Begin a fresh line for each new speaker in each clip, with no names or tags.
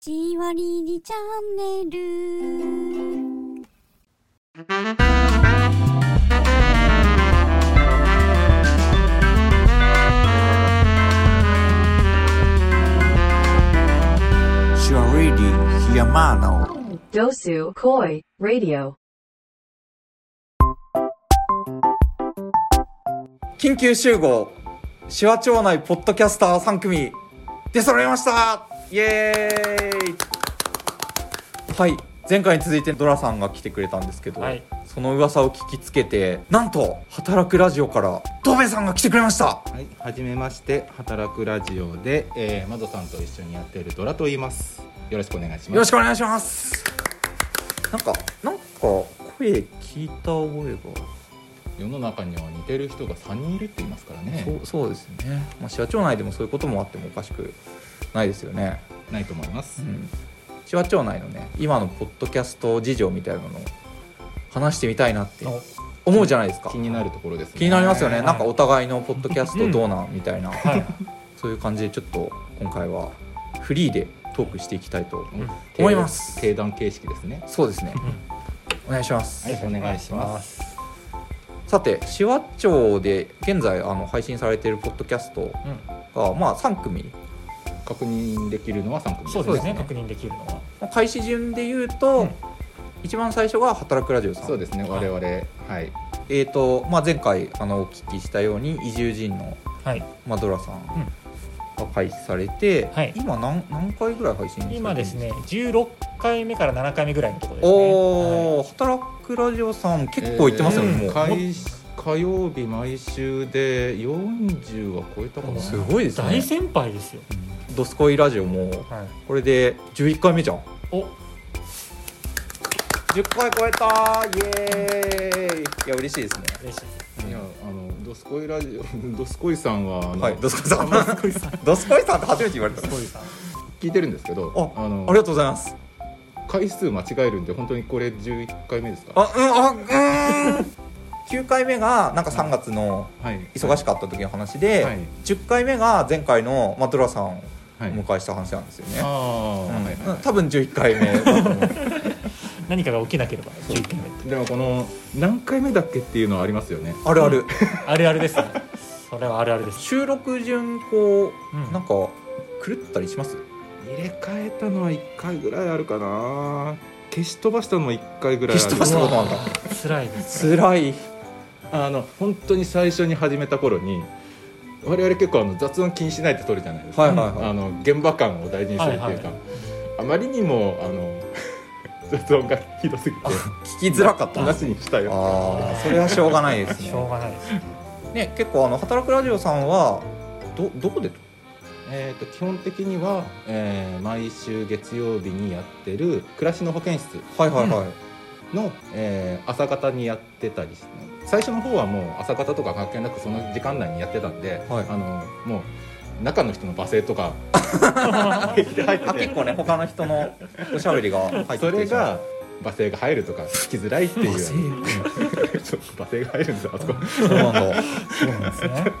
じわりにチャンネル。
You are ready, Yamano.
Dosu Koi Radio.
緊急集合手話町内ポッドキャスター3組出揃いましたイエーイはい前回に続いてドラさんが来てくれたんですけど、
はい
その噂を聞きつけてなんと働くラジオからドベさんが来てくれました
はい、はじめまして、働くラジオで、えー、まどさんと一緒にやっているドラと言います。よろしくお願いします。
よろしくお願いしますなんかなんか声聞いた覚えが
世の中には似てる人が三人いるって言いますからね。
そうそうですね、まあ、手話町内でもそういうこともあってもおかしくないですよね
ないと思います。
うん、千葉町内のね今のポッドキャスト事情みたいなのを話してみたいなって思うじゃないですか
気になるところです、ね。
気になりますよね、
はい
なんかお互いのポッドキャストどうなんみたいな、
はい、
そういう感じでちょっと今回はフリーでトークしていきたいと
うん
思います
定談形式ですね。
そうですね、お願いします、
はい、お願いします。
さて手話町で現在あの配信されているポッドキャストが、まあ3組
確認できるのは三組
そうですね
そうですね
確認できるのは
まあ開始順で言うと、
うん
一番最初が「働くラジオ」さん
そうですね、我々、はい、
えーとまあ、前回あのお聞きしたように移住人の
はい
マドラさんが開始されて、
はい
今何何回ぐらい配信されてるん
今ですね
か
16回目から7回目ぐらいのところですね
おお、働くラジオさん結構行ってますよね、
えー
もう
開火曜日毎週で四十は超えたかな。
すごいです
はい大
ね
先輩ですよ、
「ドスコイラジオ」も
はい、
これで11回目じゃん
お
10回超えたイエーイいや嬉しいですね
嬉しい
いや、あの、ドスコイラジオ、ド スコイさんは、あの
はいドスコイさんドスコイさんって初めて言われた
小井さん
聞いてるんですけど、
ああ
の
りがとうございます
回数間違えるんで本当にこれ11回目ですか。
あうんあ うん9回目がなんか3月の、
はい。
忙しかった時の話で、
はい
10回目が前回のマトラさんをお
はい。
迎えした話なんですよね、
ああ、
うん
はいは
多分11回目だと思 う
何かが起きなければ11回目って
い。でもこの何回目だっけっていうのはありますよね。
あるある
あるあるですねそれはあるあるです、
収録順こう、
うん
なんか狂ったりします
入れ替えたのは1回ぐらいあるかな。消し飛ばしたのは1回ぐらいあ
消
る。
し飛ばしたことなんだ
辛いです
辛い
あの本当に最初に始めた頃に。我々結構あの雑音気にしないって撮るじゃないですか、
はいはいはい
あの現場感を大事にするっていうか、
はいはい
あまりにもあの 雑音がひどすぎて
聞きづらかった
なしにしたよ
ああそれはしょうがないです
しょう
ね
がないです
ね結構あの働くラジオさんはどどこで
えー、と基本的には、えー毎週月曜日にやってる暮らしの保健室
はいはいはい、
の、えー朝方にやってたりして最初の方はもう朝方とか関係なくその時間内にやってたんで、
はい
あのもう中の人の罵声とか平気で入って
あ結構ね他の人のおしゃべりが入って
て
きて
それが罵声が入るとか聞きづらいっていう
罵声
うん そう罵声が入るんですよあそこ
そうなんだ は
そうなんですね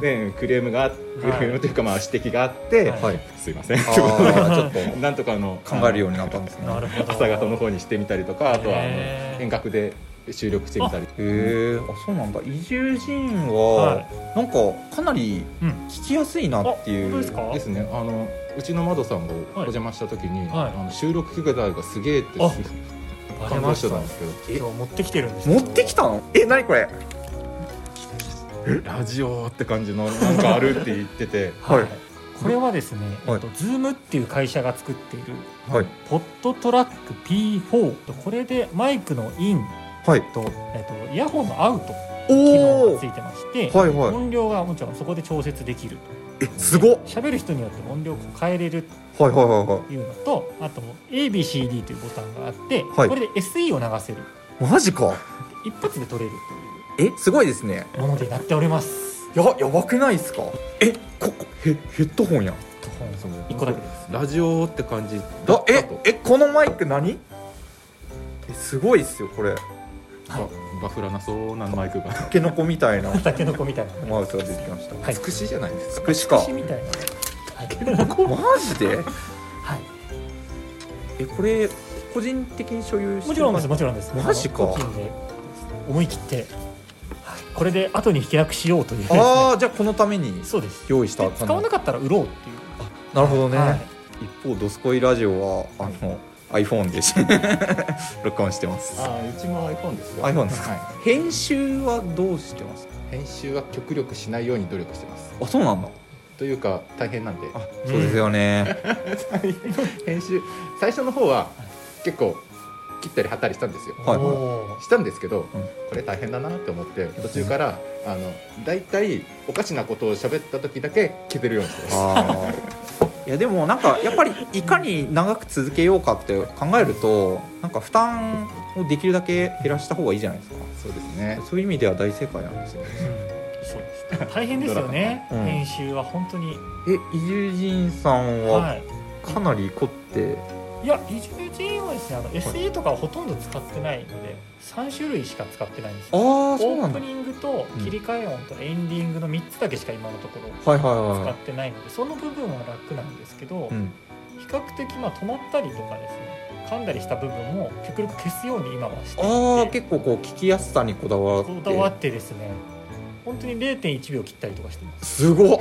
でクレームがクレームというかまあ指摘があって、
はい
すいません
あーちょっと
なんとかあの
考えるようになったんですね
なるほど
朝方の方にしてみたりとかあとはあの
へー
遠隔で収録してみたり
へえあそうなんだ移住人
は
は、
い
なんかかなり
うん
聞きやすいなってい
あ本
う、
当ですか
ですねあのうちの窓さんがお邪魔した時に、
はい
あの収録機材がすげえって
あ
あ
バレ
感
ま
動し
して
た
た
んですけ
今日持ってきてるんです
持ってきたのえ何これ
どラジオって感じのなんかあるって言ってて
はい
これはですね、
はい
えっと、Zoom っていう会社が作っている
はい
ポットトラック P4 とこれでマイクのイン
はい
と,、えっとイヤホンのアウト機能
お
が
お
ついてまして、
はいはい
音量がもちろんそこで調節できる
えすごっ
喋る人によって音量を変えれる
はいはいは
というのとあと ABCD というボタンがあって、
はい
これで SE を流せる
いはいマジか
一発で撮れる
えすごいですね
というものになっております
ややばくないですかえここヘヘッドホンやん
その
一個だけです
ラジオって感じだった
だ
と
ええこのマイク何えすごいっすよこれ
ババフラなそうなマイクが
タケノコみ たいな
タケノコみたいな
マウスが出てきました
はい
美しいじゃないです
つ
か
くしか
みたいなはい、
マジで
はい、
えこれ個人的に所有して
もちろん
ま
ですすもちろんですもう
マジか
あの個人で思い切って、はいこれで後に飛躍しようというですね
あ あじゃあこのために
そうです
用意した
で使わなかったら売ろうっていう
なるほどね、
はい
一方「ドスコイラジオは」あの iPhone でし 録音してます
ああうちも iPhone ですよ
iPhone ですか
は
編集はどうしてますか
い、編集は極力しないように努力してます
あそうなんだ
というか大変なんで
あそうですよね、
編集最初の方は結構切ったり貼ったりしたんですよ
はいはい
おー
したんですけど、
うん
これ大変だなって思って途中からあの大体おかしなことを喋った時だけ削るようにしてます
あ ーいやでもなんかやっぱりいかに長く続けようかって考えるとなんか負担をできるだけ減らした方がいいじゃないですか
そうですね
そういう意味では大正解なんですよ
そうです大変ですよね、
うん
編集は本当に、
え伊集院さん
は
はいかなり凝って、
いや移住人はですねあの SE とかはほとんど使ってないので3種類しか使ってないんですよ
ああそう
オ
なん
ー
だ
プニングと切り替え音とエンディングの3つだけしか今のところ
はいはい
使っ
は
てないのでその部分は楽なんですけど
い、うん、
比較的まあ止まったりとかですね噛んだりした部分も極力消すように今はして
ああ
いて
結構こう聞きやすさにこだわって
こだわってですね本当に0.1秒切ったりとかしてます
すごっ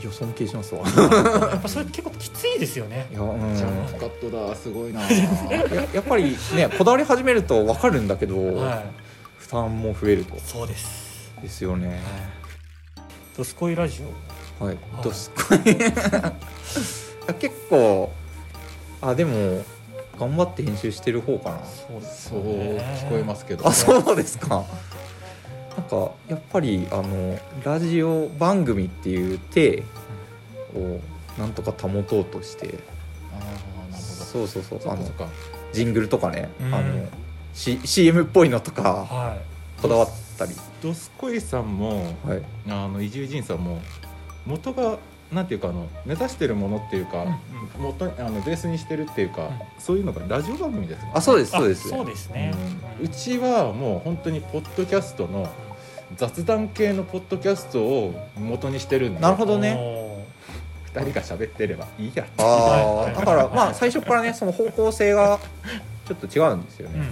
いや尊敬しますわい
やっぱそれ結構きついですよね
やうん
ジャンプカットだすごいなあ
ややっぱりねこだわり始めると分かるんだけど、
は
負担も増えると
いそうです
ですよね
「ドスコイラジオ」
はい
はい
どすこい 結構あでも頑張って編集してる方かな
そうです
そう聞こえますけど、
あそうですかなんかやっぱりあのラジオ番組っていう体をなんとか保とうとして
あーなるほ
そうそうそう
どそ
あ
っか
の
そっか
ジングルとかね、
うん
あの、C、CM っぽいのとか
は
こだわったり、
ドスコイさんも
はい、
あの移住人さんも元がなんていうかあの目指してるものっていうか、元にあのベースにしてるっていうか、
う
そういうのがラジオ番組ですもんね
あそうです
い
そうです
あそうですね
うんうちはもう本当にポッドキャストの雑談系のポッドキャストを元にしてるんで
なるほどね
ね
2人が喋ってればいいや
あ
はい
あだからまあ最初からねその方向性がちょっと違うんですよ
うんう
ね、
ん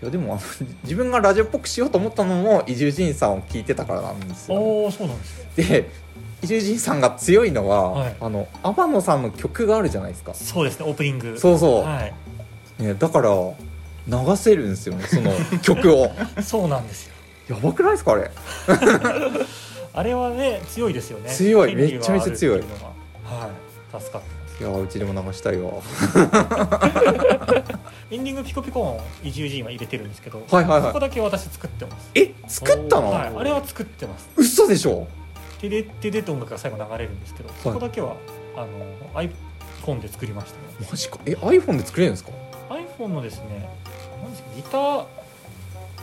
いやでもあの自分がラジオっぽくしようと思ったのも伊集院さんを聞いてたからなんですよ
おおそうなんですね
で伊集院さんが強いのは、
はい
あの天野さんの曲があるじゃないですか
そうですねオープニング
そうそう、
はい
ね、だから流せるんですよねその曲を
そうなんですよ
やばくないですかあれ
あれはね強いですよね
強い
権利
めちゃめちゃ強い
はあるってうのがはい助かってま
い
す
やーうちでも流したいわ
エンディングピコピコ音移住人は入れてるんですけど
はいはいはい
そこだけ私作ってます
え作ったの、
はいあれは作ってます
嘘でしょ
テレテレと音楽が最後流れるんですけどそこだけはあの iPhone で作りましたね
マジかえ iPhone で作れるんですか
iPhone のですねなんですかギター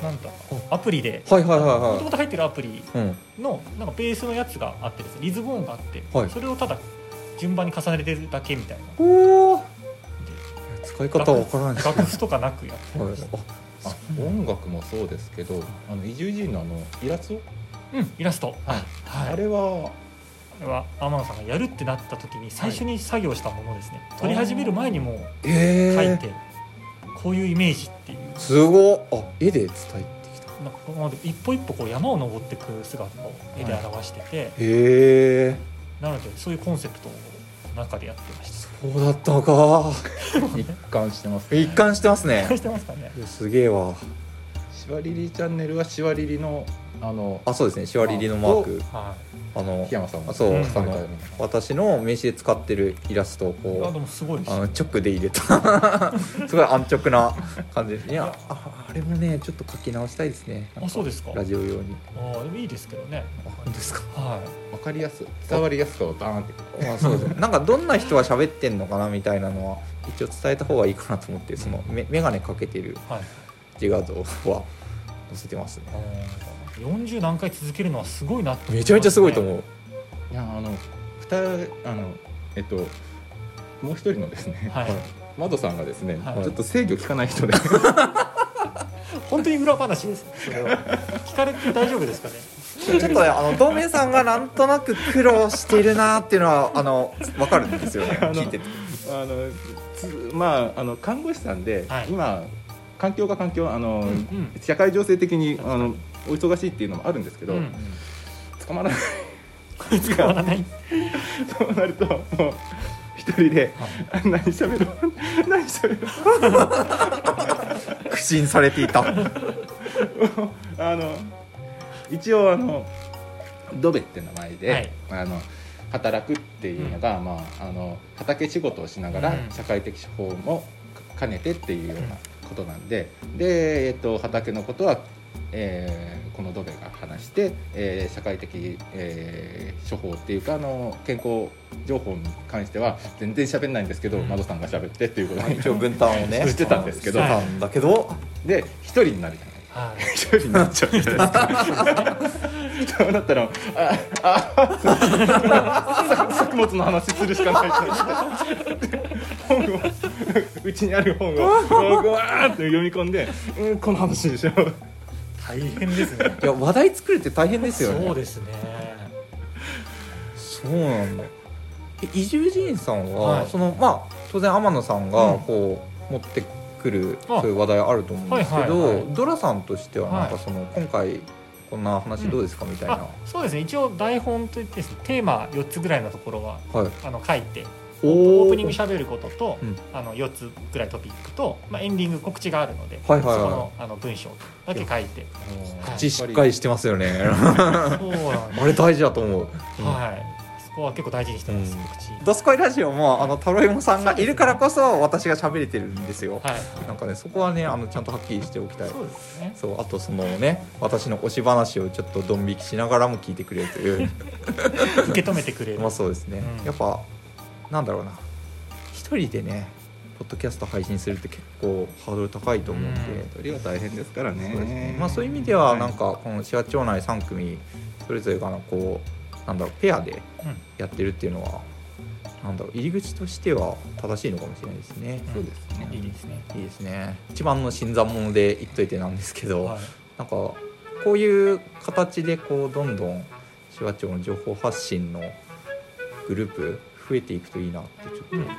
なんだアプリで
はいはいはい
もと
は
もと入ってるアプリ
いうん
のなんかベースのやつがあってですねリズム音があって、
はい
それをただ順番に重ねてるだけみたいな
おーいや使い方わからないし、はい、
楽譜とかなくやって
あ
あ音楽もそうですけどあの移住人のあのイラスト、
うんイラスト、
はい
はい、
あ
あ
れ
れ
は
は天野さんがやるってなった時に最初に作業したものですね、撮り始める前にもう
え
書い
え
て、こういうイメージっていう
すごっあ絵で伝えてきた
なんかここまで一歩一歩こう山を登っていく姿を絵で表してて、
へえ
なのでそういうコンセプトの中でやってました
そうだったか
一貫してます
一貫してます ね
してますかね
いやすげえわ
シワリリチャンネルはシワリリのあの
あそうですねシワリリのマーク
は
あの
檜山さんも
あそう、
うん
あの私の名刺で使ってるイラストを
いいや
こ
で
う
もすごいです
あの直で入れた すごい安直な感じですいやああれもねちょっと書き直したいですね
あそうですか
ラジオ用に
あーでもいいですけどね
あ本当ですか
はい
わかりやすい伝わりやすさをバーンって
まあそうです ねなんかどんな人が喋ってんのかなみたいなのは一応伝えた方がいいかなと思ってそのめ眼鏡かけてる
はい
自画像は載せてますね
あー40何回続けるのはすごいなって思いますね
めちゃめちゃすごいと思う
いやあの二人あのえっともう一人のですね、
はい、
マドさんがですね、
はい
ちょっと制御聞かない人で
本当に裏話ですそれは聞かれて大丈夫ですかね
ちょっとねあのドメさんがなんとなく苦労してるなっていうのはあのわかるんです よね
あの
聞いてて
あのつまああの看護師さんで、
はい
今環境が環境あの、
ん
社会情勢的にあのお忙しいっていうのもあるんですけど、
うん
捕まらな い
使わない
そうなるともう一人で、あ 何喋ろう何喋ろ
苦心されていた
う あの一応あのドベって名前で、
はい
あの働くっていうのが、まあ、あの畑仕事をしながら
うん
社会的処方も兼ねてっていうようなことなんで、で、えっと、畑のことは、えーこのドベが話して、えー社会的、えー処方っていうかあの健康情報に関しては全然喋んないんですけど、
うん
窓さんが喋ってっていうことに
一応分担をね
してたんですけど
してたんだけど
で一人になるじゃない
はい
一人になっちゃうじゃないですかそうなったらああ作物の話するしかないじゃないですか本をうちにある本をうわーって読み込んで、うん、この話でしょ
大変ですね
いや話題作るって大変ですよね
そうですね
そうなんだえ伊集院さんは、
はい
そのまあ当然天野さん
う
が
ん
こう、持ってくる
あ
そういう話題あると思うんですけど、
はいはいはい
ドラさんとしてはなんか
は
その、今回こんな話どうですか、みたいな
あそうですね一応台本といってですねテーマ4つぐらいのところは
はい
あの書いて
お
オープニング喋ることと、
うん
あの4つぐらいトピックと、まあ、エンディング告知があるので、
はいはいはい
そこのあの文章だけ書いて
口しっかりしてますよね
そうなんです
あれ大事だと思う、
はいそこは結構大事にしてます、
うん
告知
ドスコイラジオもあのタロイモさんがいるからこそ私が喋れてるんですよ、
はい
なんかねそこはねあのちゃんとはっきりしておきたい
そうですね
そうあとそのね私の推し話をちょっとドン引きしながらも聞いてくれると いう
受け止めてくれる
まあそうですね、
うん
やっぱなんだろうな一人でねポッドキャスト配信するって結構ハードル高いと思うんで,、
うん
鳥は大変ですからね
そうですねまあ、そういう意味ではなんかこの市町内3組それぞれがなんかこうなんだろうペアで
うん
やってるっていうのは、なんだろう入り口としては正しいのかもしれないですね。
そうです
ね
いいですね、
いいですね一番の新参者で言っといてなんですけど、
はい
なんかこういう形でこうどんどん手話町の情報発信のグループ増えていくといいなってちょっ
うん
と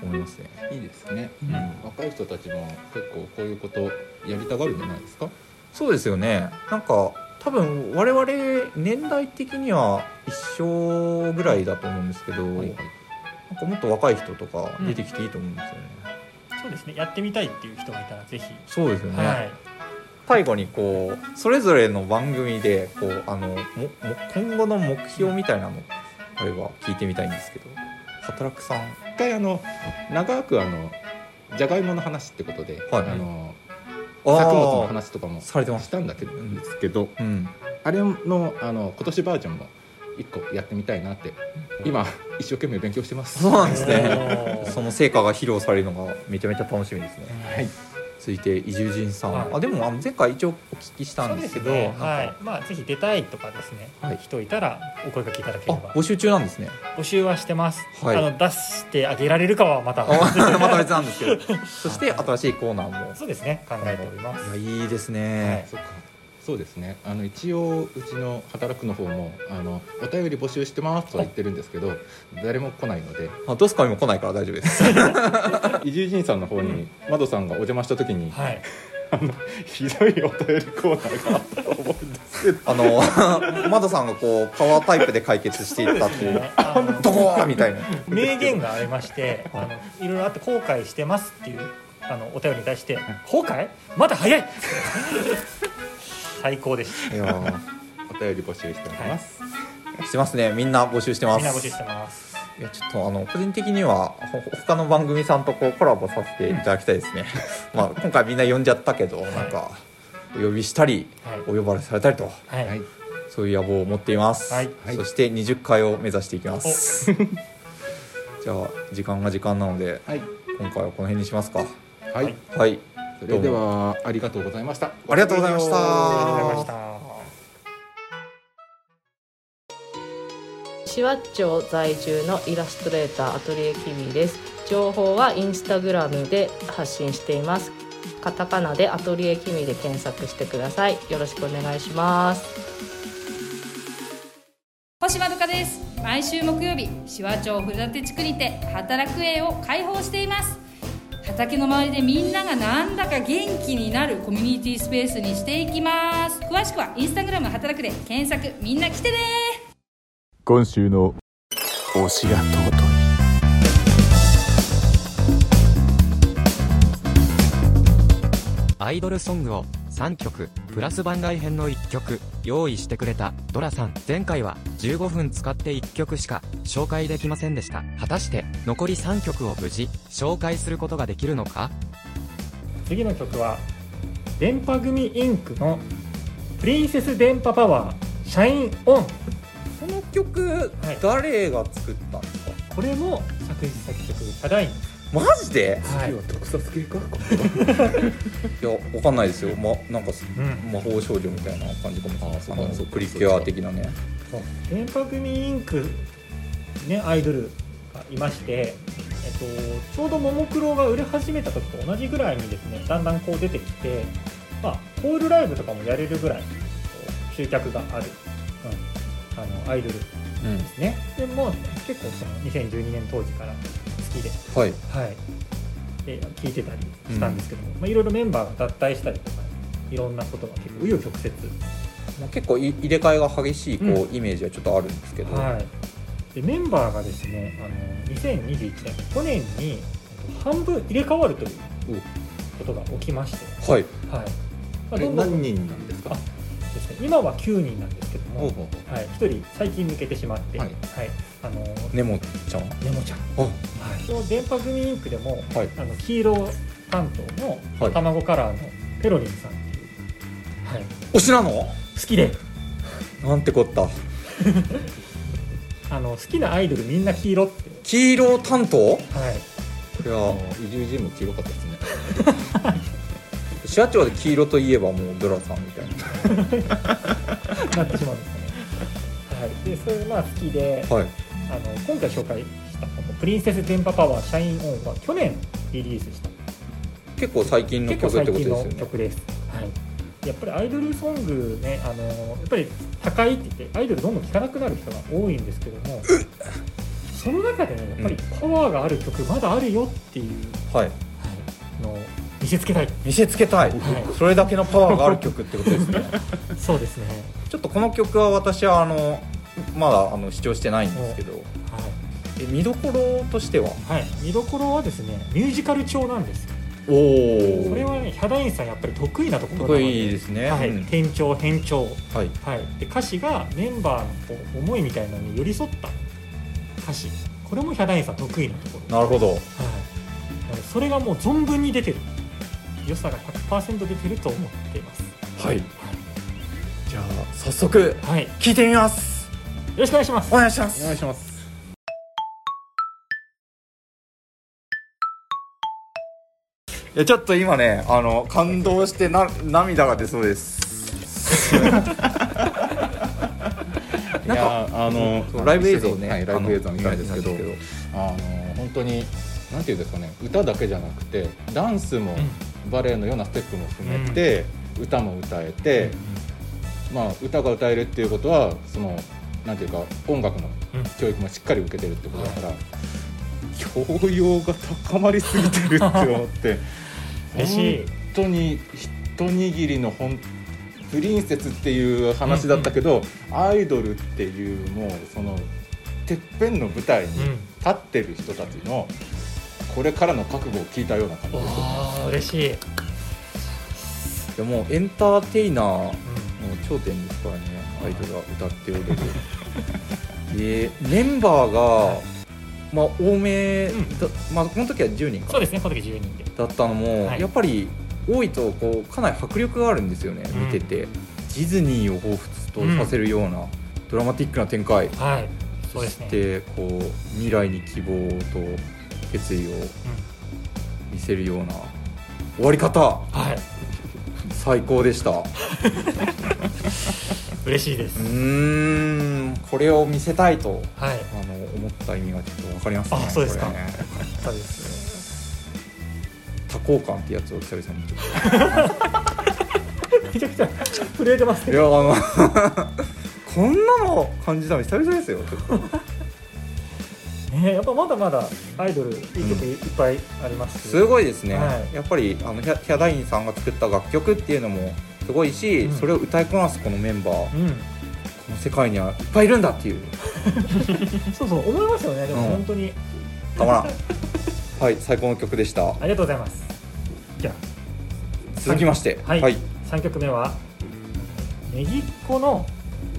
思いますね。
いいですね、
うん
若い人たちも結構こういうことやりたがるんじゃないですか
そうですよねなんか多分我々年代的には一緒ぐらいだと思うんですけど、
はいはい
なんかもっと若い人とか出てきていいと思うんですよね。
そうですねやってみたいっていう人がいたらぜひ、
そうですよね、
はい
最後にこうそれぞれの番組でこうあのもも今後の目標みたいなのあれば聞いてみたいんですけど働くさん
一回あの長くあのじゃがいもの話ってことで、
はい
あの
あ
作
ー
物の話とかもし
されてます
たんだけどですけど
うん
あれのあの今年バージョンも一個やってみたいなって今一生懸命勉強してます
そうなんですね
おー
その成果が披露されるのがめちゃめちゃ楽しみですね
はい
続いて伊集院さん、
はい
あでもあの前回一応お聞きしたんですけど
そうで
なん
す
か
ねはいまあぜひ出たいとかですね、
はい
人いたらお声掛けいただけれ
あ
ば
募集中なんですね
募集はしてます、
はい
あの出してあげられるかはまた
あまた別なんですけど そして新しいコーナーも
そうですね考えております
いやいいですね、
そっかそうですねあの一応うちの働くの方もあのお便り募集してますとは言ってるんですけど誰も来ないので
あドスカイも来ないから大丈夫です
伊集院さんの方に窓さんがお邪魔した時に
はい
ひどいお便りコーナーがあったと思うんですけど
あの マドさんがこうパワータイプで解決していったっていう
あの
ドコーみたいな
名言がありましてあのいろいろあって後悔してますっていうあのお便りに対して後悔まだ早い 最高でし
いや
お便り募集しております、
ーしてますねみんな募集して
た
ま
みんな募
す
集してます
いやちょっとあの個人的にはほ他の番組さんとこうコラボさせていただきたいですね、まあ今回みんな呼んじゃったけど、なんかお呼びしたり、
はい
お呼ばれされたりと
はい、
はい
そういう野望を持っています、
はい
そして20回を目指していきますじゃあ時間が時間なので
はい
今回はこの辺にしますか
はい、
はい
はい
それではありがとうございました
ありがとうございました
ありがとうございました
シワッチョ在住のイラストレーターアトリエキミです情報はインスタグラムで発信していますカタカナでアトリエキミで検索してくださいよろしくお願いします
毎週木曜日紫波町古館地区にて働く絵を開放しています畑の周りでみんながなんだか元気になるコミュニティスペースにしていきます詳しくはインスタグラム働くで検索みんな来てね
今週の
推しが尊い
アイドルソングを3曲プラス番外編の1曲用意してくれたドラさん前回は15分使って1曲しか紹介できませんでした果たして残り3曲を無事紹介することができるのか
次の曲は電波組インクの「プリンセス電波パワーシャインオン
この曲、
はい
誰が作ったんですか」
これも作詞作曲ただいん
マジで
はい、
特撮系か
いやわかんないですよ、ま、なんか、
ん
魔法少女みたいな感じかも
あ
し
そ
れ
う
な
か
いあの
そうか
プリキュア的なね
電波組インクねアイドルがいまして、えっと、ちょうどももクロが売れ始めた時と同じぐらいにですねだんだんこう出てきて、まあ、ホールライブとかもやれるぐらいこう集客がある、うん、あのアイドルで
うん
すねでもう結構その2012年当時から好きで
はい
はい、で聞いてたりしたんですけども、まあ、いろいろメンバーが脱退したりとかいろんなことが結構紆余曲折
まあ結構い入れ替えが激しいこう、
う
イメージはちょっとあるんですけど、
はい、でメンバーがですねあの2021年去年にえっと半分入れ替わるという
お
ことが起きまして、
はい
はいまあ、ど
え
んどん
何人なんですか
あですね今は9人なんですけども、
ほう
はい、
ほうほう
1人最近抜けてしまって、
は
はいいあの
ネモちゃん
ネモちゃん、
あ
はい、この電波組インクでも、
はい
あの黄色担当の
はい
卵カラーのペロリンさんっていう、はい、
推しなの
好きで
なんてこった
あの好きなアイドルみんな黄色って、
黄色担当い
はい、
あ
や
の伊集院も黄色かったですね
シアチで黄色といえばもうドラさんみたいな
なってしまうんですかね。はい、でそれまあ好きで、
はい
あの今回紹介したこの「プリンセス電波パワーシャインオン」は去年リリースした
結構最近の
結構
曲っ
最
てことです
近の
よね
曲です。はい、やっぱりアイドルソングねあのやっぱり高いって言ってアイドルどんどん聴かなくなる人が多いんですけどもその中でねやっぱりパワーがある曲まだあるよっていう
はい
のを見せつけたい
見せつけたい、
はい
それだけのパワーがある曲ってことです ね
そうですね、
ちょっとこの曲は私はあのまだあの視聴してないんですけどえ見どころとしては
はいはい、見どころはですねミュージカル調なんですよ
おお
それはねヒャダインさんやっぱり得意なところなの
得意ですね
はい
うん
転調変調、
はい
はい、で歌詞がメンバーのこう思いみたいなのに寄り添った歌詞これもヒャダインさん得意なところ、
なるほど
はい、それがもう存分に出てる良さが100%出てると思っています
はいじゃあ早速
はいよ
聞いてみます
ろしくお願いします
お願いしま
お
す
願いします
いやちょっと今ねあの感動してな涙が出そうです
いやあの
ライブ映像ね、
はいライブ映像みたいですけど
あの
あの本当になんていうんですかね歌だけじゃなくてダンスもバレエのようなステップも含めて、歌も歌えて、まあ歌が歌えるっていうことはそのなんていうか音楽の
うん
教育もしっかり受けてるってことだから、教養が高まりすぎてるって思って
嬉しい
本当に一握りの本プリンセスっていう話だったけど、アイドルっていうもうそのてっぺんの舞台に立ってる人たちのこれからの覚悟を聞いたような感じ
お
です
ー嬉しい、うん
いやもうエンターテイナーの頂点ですからねアイドルが歌って踊る でメンバーがまあ多めだ、
うん
まあこの時は10人か
そうですねこの時10人で
だったのも、
はい
やっぱり多いとこうかなり迫力があるんですよね
うん
見てて、ディズニーを彷彿とさせるような、ドラマティックな展開
はい
そ
そうで
し
すね
てこう未来に希望と決意を見せるような終わり方
はい
最高でしたう
嬉しいです、
ーんこれを見せたいと
はい
あの思った意味がちょっと分かりますね
あそうですか
これね
そうです
多幸感ってやつを久々にちょっ
めちゃくちゃ震えてます
といやあのこんなの感じたの久々ですよちょっと
ねやっぱまだまだアイドルいい曲いっぱいありますし、
すごいですね、
はい
やっぱりあのヒャヒャダインさんが作った楽曲っていうのもすごいし、
うん
それを歌いこなすこのメンバーこ
うん
の世界にはいっぱいいるんだっていう
そうそう思いますよねでも
うん
本当に、
た まらんはい最高の曲でした
ありがとうございますじゃ
続きまして
あはい、3曲目はネギっ子の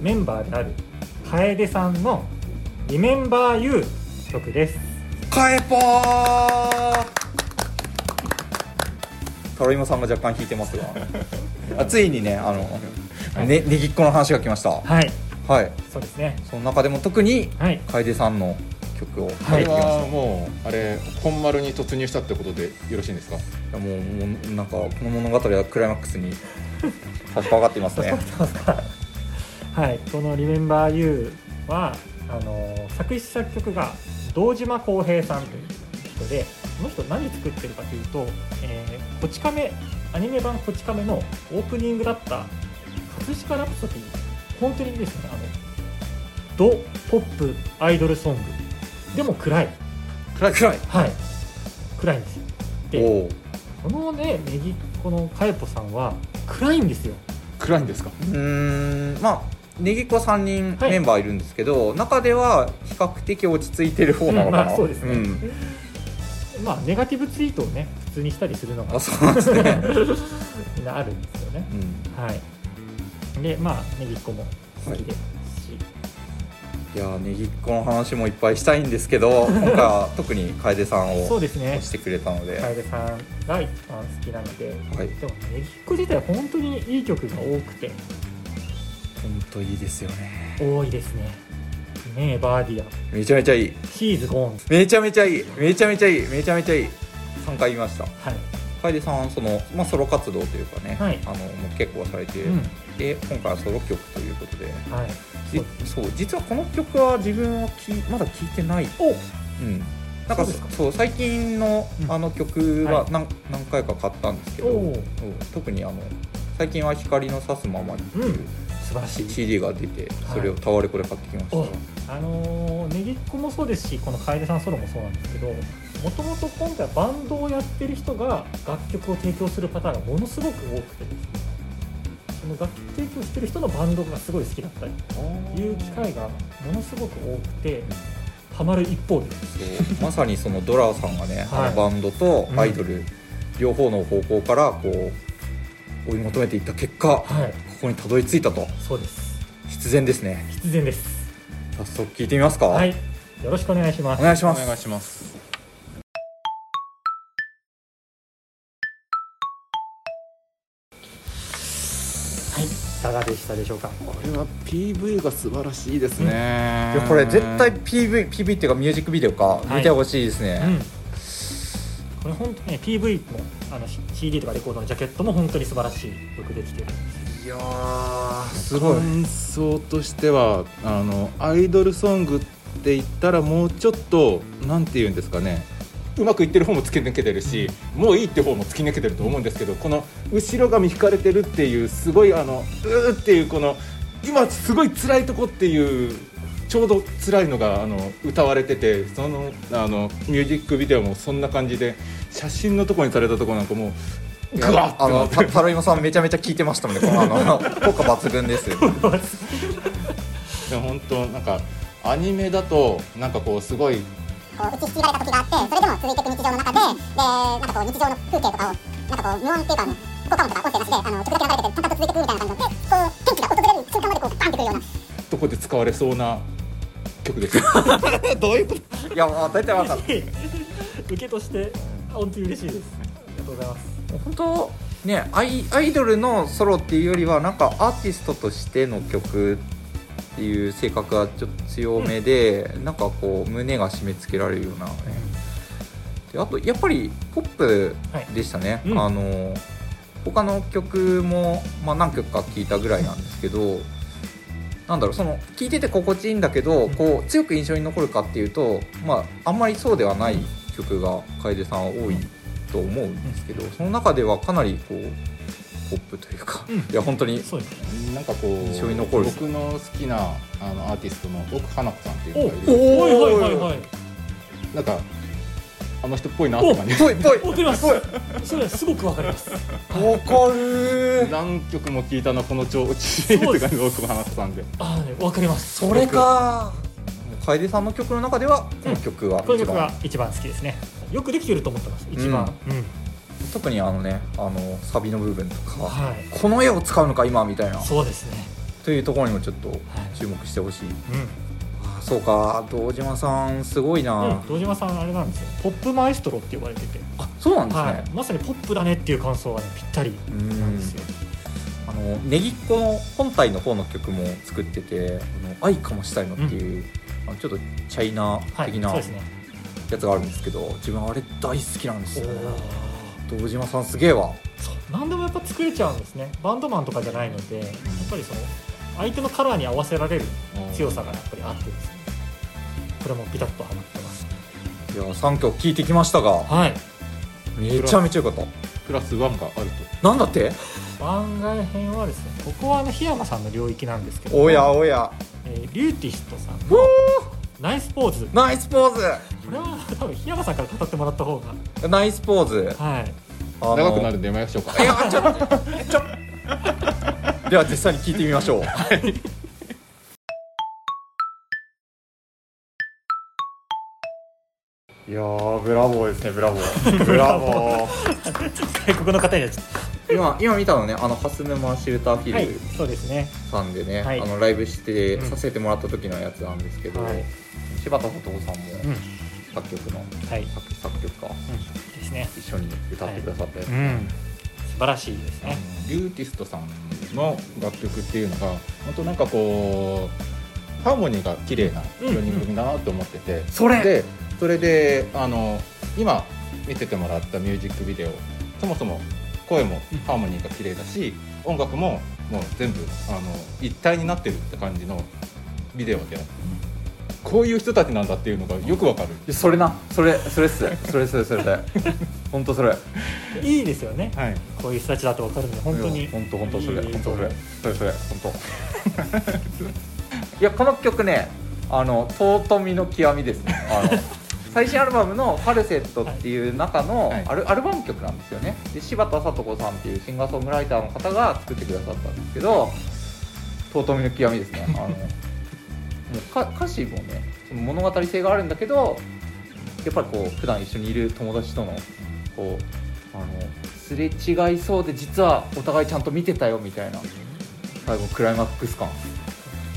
メンバーである楓さんの「リメンバー u 曲です
カエポータロイモさんが若干弾いて ますがあついにねあの、ね、ねぎっこの話が来ました
はい
はい
そうですね
その中でも特に
はい
楓さんの曲を
あ
書い
れ
てきました、
はもうあれ本丸に突入したってことでよろしいんですか
いやもうもうなんかこの物語はクライマックスに差し掛かっていますね
はいこの「リメンバー u はあのー作詞作曲が堂島康平さんという人でこの人何作ってるかというと「えーこち亀」アニメ版「こち亀」のオープニングだった「葛飾ラプソディ」本当にいいですねあのドポップアイドルソングでも暗い
暗い暗い
はい暗いんですよ
お
で
お
このね右このかえぽさんは暗いんですよ
暗いんですか
うーんまあねぎっこ3人
はい
メンバーいるんですけど、中では比較的落ち着いてる方なのかな、
まあそうですね
ん
まあネガティブツイートをね普通にしたりするのが
あそうなんですね、
みんなあるんですよね
うん、
はいでまあねぎっこも好きですし、
いやーねぎっこの話もいっぱいしたいんですけど今回は特に楓さん
そう
を
ですね
押してくれたので、
楓さんが一番好きなので
はい、
でもねぎっこ自体本当にいい曲が多くて
本当いいですよね
多いですね「ねえバーディア」
めちゃめちゃいい
「シーズゴーンズ
めちゃめちゃいいめちゃめちゃいいめちゃめちゃいい3回見ました」
はい、
楓さんはその、まあ、ソロ活動というかね、
はい
あのもう結構されて、
うん
で今回はソロ曲ということで
はい
じそう実はこの曲は自分はきまだ聴いてない
お
うんなんか
そう
そ
です
う
か
最近の
うん
あの曲は
はい
何,、何回か買ったんですけど
おう
うん特にあの最近は「光の差すままに」っていうう、
ん素晴らしい
CD が出て
はい
それをタワレコで買ってきました、
おあのーねぎっこもそうですしこの楓さんソロもそうなんですけどもともと今回バンドをやってる人が楽曲を提供するパターンがものすごく多くてですねその楽曲提供してる人のバンドがすごい好きだったりという機会がものすごく多くてハマる一方で
そうまさにそのドラーさんがね、
はい
あのバンドとアイドル、両方の方向からこう追い求めていった結果、こ
はい
こにたどり着いたと
そうです
必然ですね
必然です
早速聞いてみますか、
はいよろしくお願いしま
お
す
願いし
お
ます
願いします
はいいかがでしたでしょうか
これは PV が素晴らしいですね
いやこれ絶対 PV, PV っていうかミュージックビデオか
い
見てほしいですね、
うんこれ本当にね PV もあの CD とかレコードのジャケットも本当に素晴らしいよくできてる
い、やーすごい
感想としてはあのアイドルソングって言ったらもうちょっとなんて言うんですかねうまくいってる方も突き抜けてるしもういいって方も突き抜けてると思うんですけどこの後ろ髪引かれてるっていうすごいあのうーっていうこの今すごい辛いとこっていうちょうど辛いのがあの歌われててそのあのミュージックビデオもそんな感じで写真のとこにされたとこなんかもうグワッ
あ
てな
の
って
たたろいもさんめちゃめちゃ聞いてましたもんねこのあ の効果抜群です
でも本当なんかアニメだとなんかこうすごい
こう打ちひしがれた時があってそれでも続いていく日常の中ででなんかこう日常の風景とかをなんかこう無音っていうか効果音とか音声なしであの曲だけ流れてて淡々と続いていくみたいな感じのでこう天気が訪れる瞬間までこうバンってくるような
とこで使われそうな曲 ですあ
どういうこといやまあ大体わかった
受けとして本当に嬉しいですありがとうございます
本当ねアイアイドルのソロっていうよりはなんかアーティストとしての曲っていう性格がちょっと強めで、なんかこう胸が締め付けられるような、ねであとやっぱりポップでしたね、
いうん
あの他の曲も、まあ、何曲か聴いたぐらいなんですけどなんだろうその聴いてて心地いいんだけど、
うん
こう強く印象に残るかっていうと、まあ、あんまりそうではない曲が楓さんは多いと思うんですけど、その中ではかなりこうポップというか、
うん
いや本当に
そうですね
なんかこ
印象に
う
残る
僕の好きなあのアーティストの奥花子さんっていう
お
のがいる
おはいはいはいはい
なんかあの人っぽいなって感じ
ぽい ぽい
わかりますそれはすごくわかります
わかる
何曲も聞いたなこの調子って
そうで
感
す
じで僕も話してたんで
ああねわかります
それか楓さんの曲の中ではこの曲が
この
一
曲
番
が一番好きですねよくできてると思ってます一番、うん
特にあのねあのサビの部分とか
はい
この絵を使うのか今みたいな
そうですね
というところにもちょっと注目してほしいあそうか堂島さんすごいな、
うん、うん、堂島さんあれなんですよポップマエストロって呼ばれてて、
あそうなんですね、
はい、まさにポップだねっていう感想がねぴったりなんですよ、
あのネギっ子の本体の方の曲も作ってて「あの愛かもしたいの」っていう、あのちょっとチャイナ
はい
的な
そう
や
ですね
つがあるんですけど、自分あれ大好きなんです
お
よね
ー
堂島さんすげえわ
そう何でもやっぱ作れちゃうんですねバンドマンとかじゃないのでやっぱりその相手のカラーに合わせられる強さがやっぱりあってですねこれもピタッとはまってます
いや3曲聴いてきましたが
はい
めちゃめちゃよかった
プラスワンがある
なんだって
番外編はですねここはあの檜山さんの領域なんですけども
おやおや
えーリューティストさんの
お
ナイスポーズ
ナイスポー
これは多分檜山さんから語ってもらった方が
ズナイスポーズ
はい
あ
と
の
長くなるんでやめましょうか
いやちょっとちょっとでは実際に聴いてみましょう
いやーブラボーですねブラボ ーブラボー
外国の方にはちょっ
今今見たのねあの蓮沼シェルターフ
と
ィ
はい
ルド
そうですね
さんでね、
はい
あのライブして、
うん
させてもらった時のやつなんですけど、
はい
柴田聡さんも
うん
作曲の
はい、うん、
作作曲家
ですね
一緒に歌ってくださったやつ、
うん素晴らしいですね
リューティストさんの楽曲っていうのが本当なんかこうハーモニーが綺麗な4人組だなと思ってて、
そ
でそれであの今見せてもらったミュージックビデオそもそも声もハーモニーが綺麗だし、音楽ももう全部あの一体になってるって感じのビデオで、こういう人たちなんだっていうのがよくわかる、
それなそれそれっすそれそれそれでほんとそれ
いいですよね
はい、
こういう人たちだと分かるんで本当に
ほんとほんとそれ
いい
ほんとそれそれそれほんといやこの曲ねあの尊みの極みですねあ の最新アルバムの「ファルセット」っていう中の
はい
アル,、アルバム曲なんですよねで柴田聡子さんっていうシンガーソングライターの方が作ってくださったんですけど尊みの極みですねあのもうか歌詞もねその物語性があるんだけどやっぱりこう普段一緒にいる友達とのこうあのすれ違いそうで実はお互いちゃんと見てたよみたいな最後クライマックス感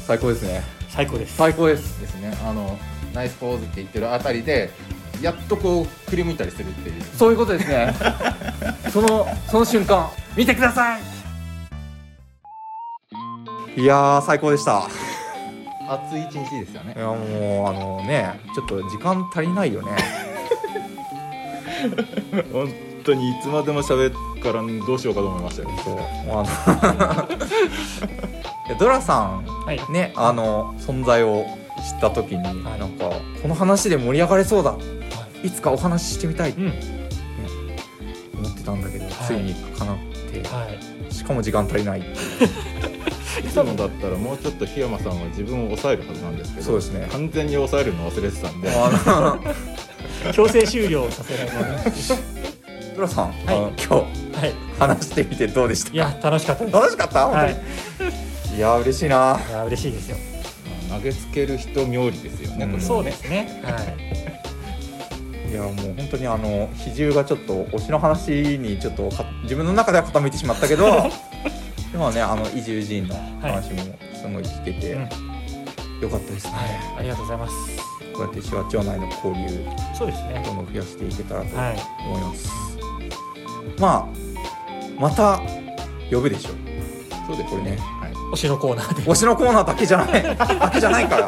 最高ですね
最高です
最高です
ですねあのナイスポーズって言ってるあたりでやっとこう振り向いたりするっていう
そういうことです ねそのその瞬間見てくださいいやー最高でした
熱い一日ですよね
いやもうあのねちょっと時間足りないよね
本当にいつまでも喋るからどうしようかと思いましたけど
そう もうあのいやドラさん
はい
ねあの存在を知った時に、
はい
なんかこの話で盛り上がれそうだ、い、つかお話ししてみたいと
うん
思ってたんだけど、
はい
ついにかなって
はい
しかも時間足りない
いつもだったらもうちょっと檜山さんは自分を抑えるはずなんですけど
そうですね
完全に抑えるの忘れてたんで
あ
強制終了させられま す
のドラさん、あの
はい
今
はい
日話してみてどうでした
いや楽しかったです
楽しかった本当に、
はい
い、や嬉しいない
や嬉しいですよ
投げつける人冥利ですよね、
うん
これ
そうですねはい
いやもう本当にあの比重がちょっと推しの話にちょっとか自分の中では傾いてしまったけど でもねあの移住人の話もすごい聞けて、
うん
よかったですね、
はいありがとうございます
こうやって手話町内の交流
そうですね
どんどん増やしていけたらと
はい
思います、まあまた呼ぶでしょ
そうです
これね
はい、
推しのコーナーで
推しのコーナーだけじゃない だけじゃないから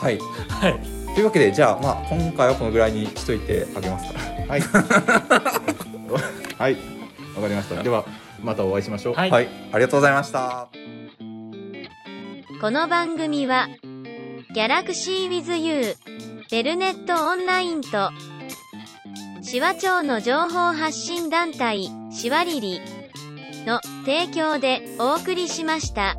はい
はい
というわけでじゃあまあ今回はこのぐらいにしといてあげますか
はいはいわかりましたではまたお会いしましょう
はい
はい、ありがとうございました
この番組は、ギャラクシーウィズユー、ベルネットオンラインと、シワ町の情報発信団体、シワリリの提供でお送りしました。